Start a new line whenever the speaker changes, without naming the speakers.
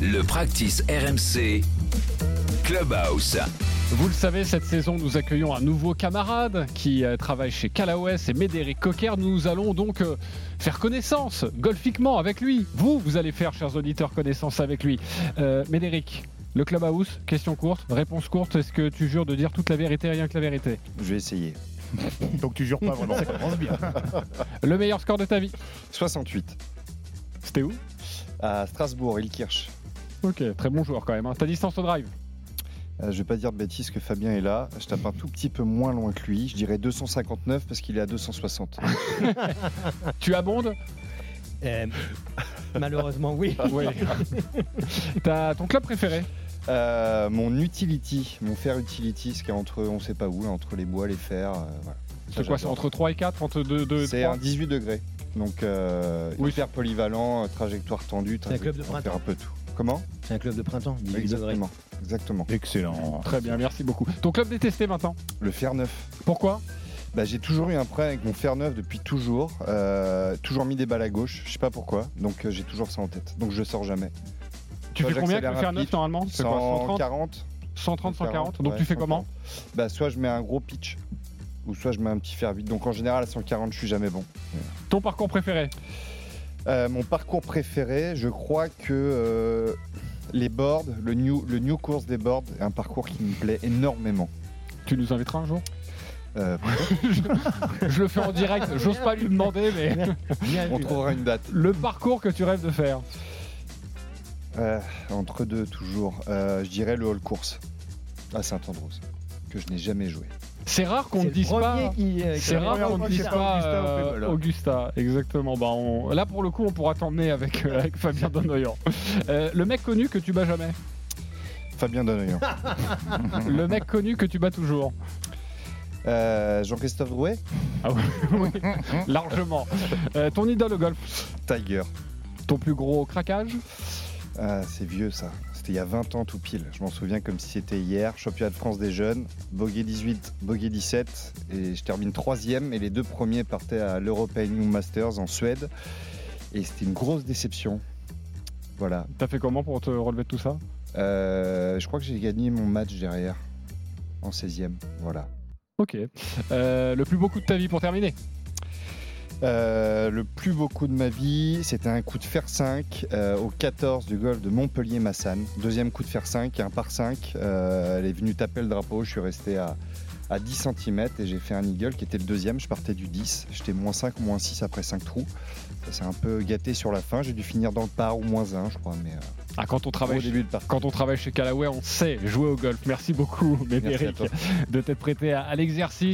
Le practice RMC Clubhouse.
Vous le savez, cette saison, nous accueillons un nouveau camarade qui euh, travaille chez Calaos et Médéric Cocker. Nous allons donc euh, faire connaissance golfiquement avec lui. Vous, vous allez faire, chers auditeurs, connaissance avec lui. Euh, Médéric, le Clubhouse, question courte, réponse courte. Est-ce que tu jures de dire toute la vérité et rien que la vérité
Je vais essayer.
Donc tu jures pas vraiment, ça commence bien.
Le meilleur score de ta vie
68.
C'était où
À Strasbourg, Ilkirch.
Ok, très bon joueur quand même. hein. Ta distance au drive
Euh, je vais pas dire de bêtises que Fabien est là. Je tape un tout petit peu moins loin que lui. Je dirais 259 parce qu'il est à 260.
Tu abondes
Euh, malheureusement, oui.
Oui. T'as ton club préféré
Euh, mon utility, mon fer utility, ce qui est entre, on sait pas où, là, entre les bois, les fers. euh, voilà. Ça,
C'est quoi C'est
j'adore.
entre 3 et 4 Entre 2 2
C'est un 18 degrés. Donc, euh,
Oui.
hyper polyvalent, euh, trajectoire tendue.
C'est un club de
trajectoire- on va
printemps.
faire un peu tout. Comment
C'est un club de printemps, 18 degrés.
Exactement. Exactement.
Excellent.
Très bien, merci beaucoup. Ton club détesté maintenant
Le fer neuf.
Pourquoi
Bah, j'ai toujours eu un problème avec mon fer neuf depuis toujours. Euh, toujours mis des balles à gauche, je sais pas pourquoi. Donc euh, j'ai toujours ça en tête. Donc je sors jamais.
Tu
Toi,
fais combien avec le
j'accélère
fer
rapide.
9 normalement C'est quoi 130
140
130, 140 Donc
ouais,
tu fais
140.
comment
Bah soit je mets un gros pitch ou soit je mets un petit fer 8. Donc en général à 140 je suis jamais bon.
Ton parcours préféré
Euh, mon parcours préféré, je crois que euh, les boards, le new, le new course des boards est un parcours qui me plaît énormément.
Tu nous inviteras un jour
Euh,
Je le fais en direct, j'ose pas lui demander, mais Ah
Bien
on
vu.
trouvera une date.
le parcours que tu rêves de faire.
Euh, entre deux toujours. Euh, je dirais le hall course à Saint-Andrews que je n'ai jamais joué.
C'est rare qu'on
C'est
ne
le
dise
premier
pas.
qui, euh, qui
C'est
a
rare
première
qu'on
fois
ne
que
dise
c'est
pas
Augusta au
euh,
Pébble.
Augusta, exactement. Bah, on- Là pour le coup, on pourra t'emmener avec, euh, avec Fabien Donoyan. Euh, le mec connu que tu bats jamais,
Fabien Donoyan.
le mec connu que tu bats toujours,
Euh, Jean-Christophe Drouet
largement. Euh, ton idole au golf,
Tiger.
ton plus gros craquage,
Ah, c'est vieux ça. C'était il y a 20 ans tout pile. Je m'en souviens comme si c'était hier. Championnat de France des jeunes. Bogey 18, Bogey 17. Et je termine troisième. Et les deux premiers partaient à l'European Young Masters en Suède. Et c'était une grosse déception. Voilà.
t'as fait comment pour te relever de tout ça
Euh, je crois que j'ai gagné mon match derrière. En 16e. Voilà.
Ok. Euh, le plus beau coup de ta vie pour terminer.
Euh, le plus beau coup de ma vie, c'était un coup de fer 5 euh, au 14 du golf de Montpellier-Massanne. Deuxième coup de fer 5, un par 5. euh, elle est venue taper le drapeau, je suis resté à, à 10 cm et j'ai fait un eagle qui était le deuxième. Je partais du 10, j'étais moins 5, moins 6 après 5 trous. Ça s'est un peu gâté sur la fin, j'ai dû finir dans le par ou moins 1, je crois, mais euh,
Ah, quand on
au
travaille chez-
début de partie.
quand on travaille chez Callaway, on sait jouer au golf. Merci beaucoup,
Merci à
Médéric,
toi.
de t'être prêté à, à l'exercice.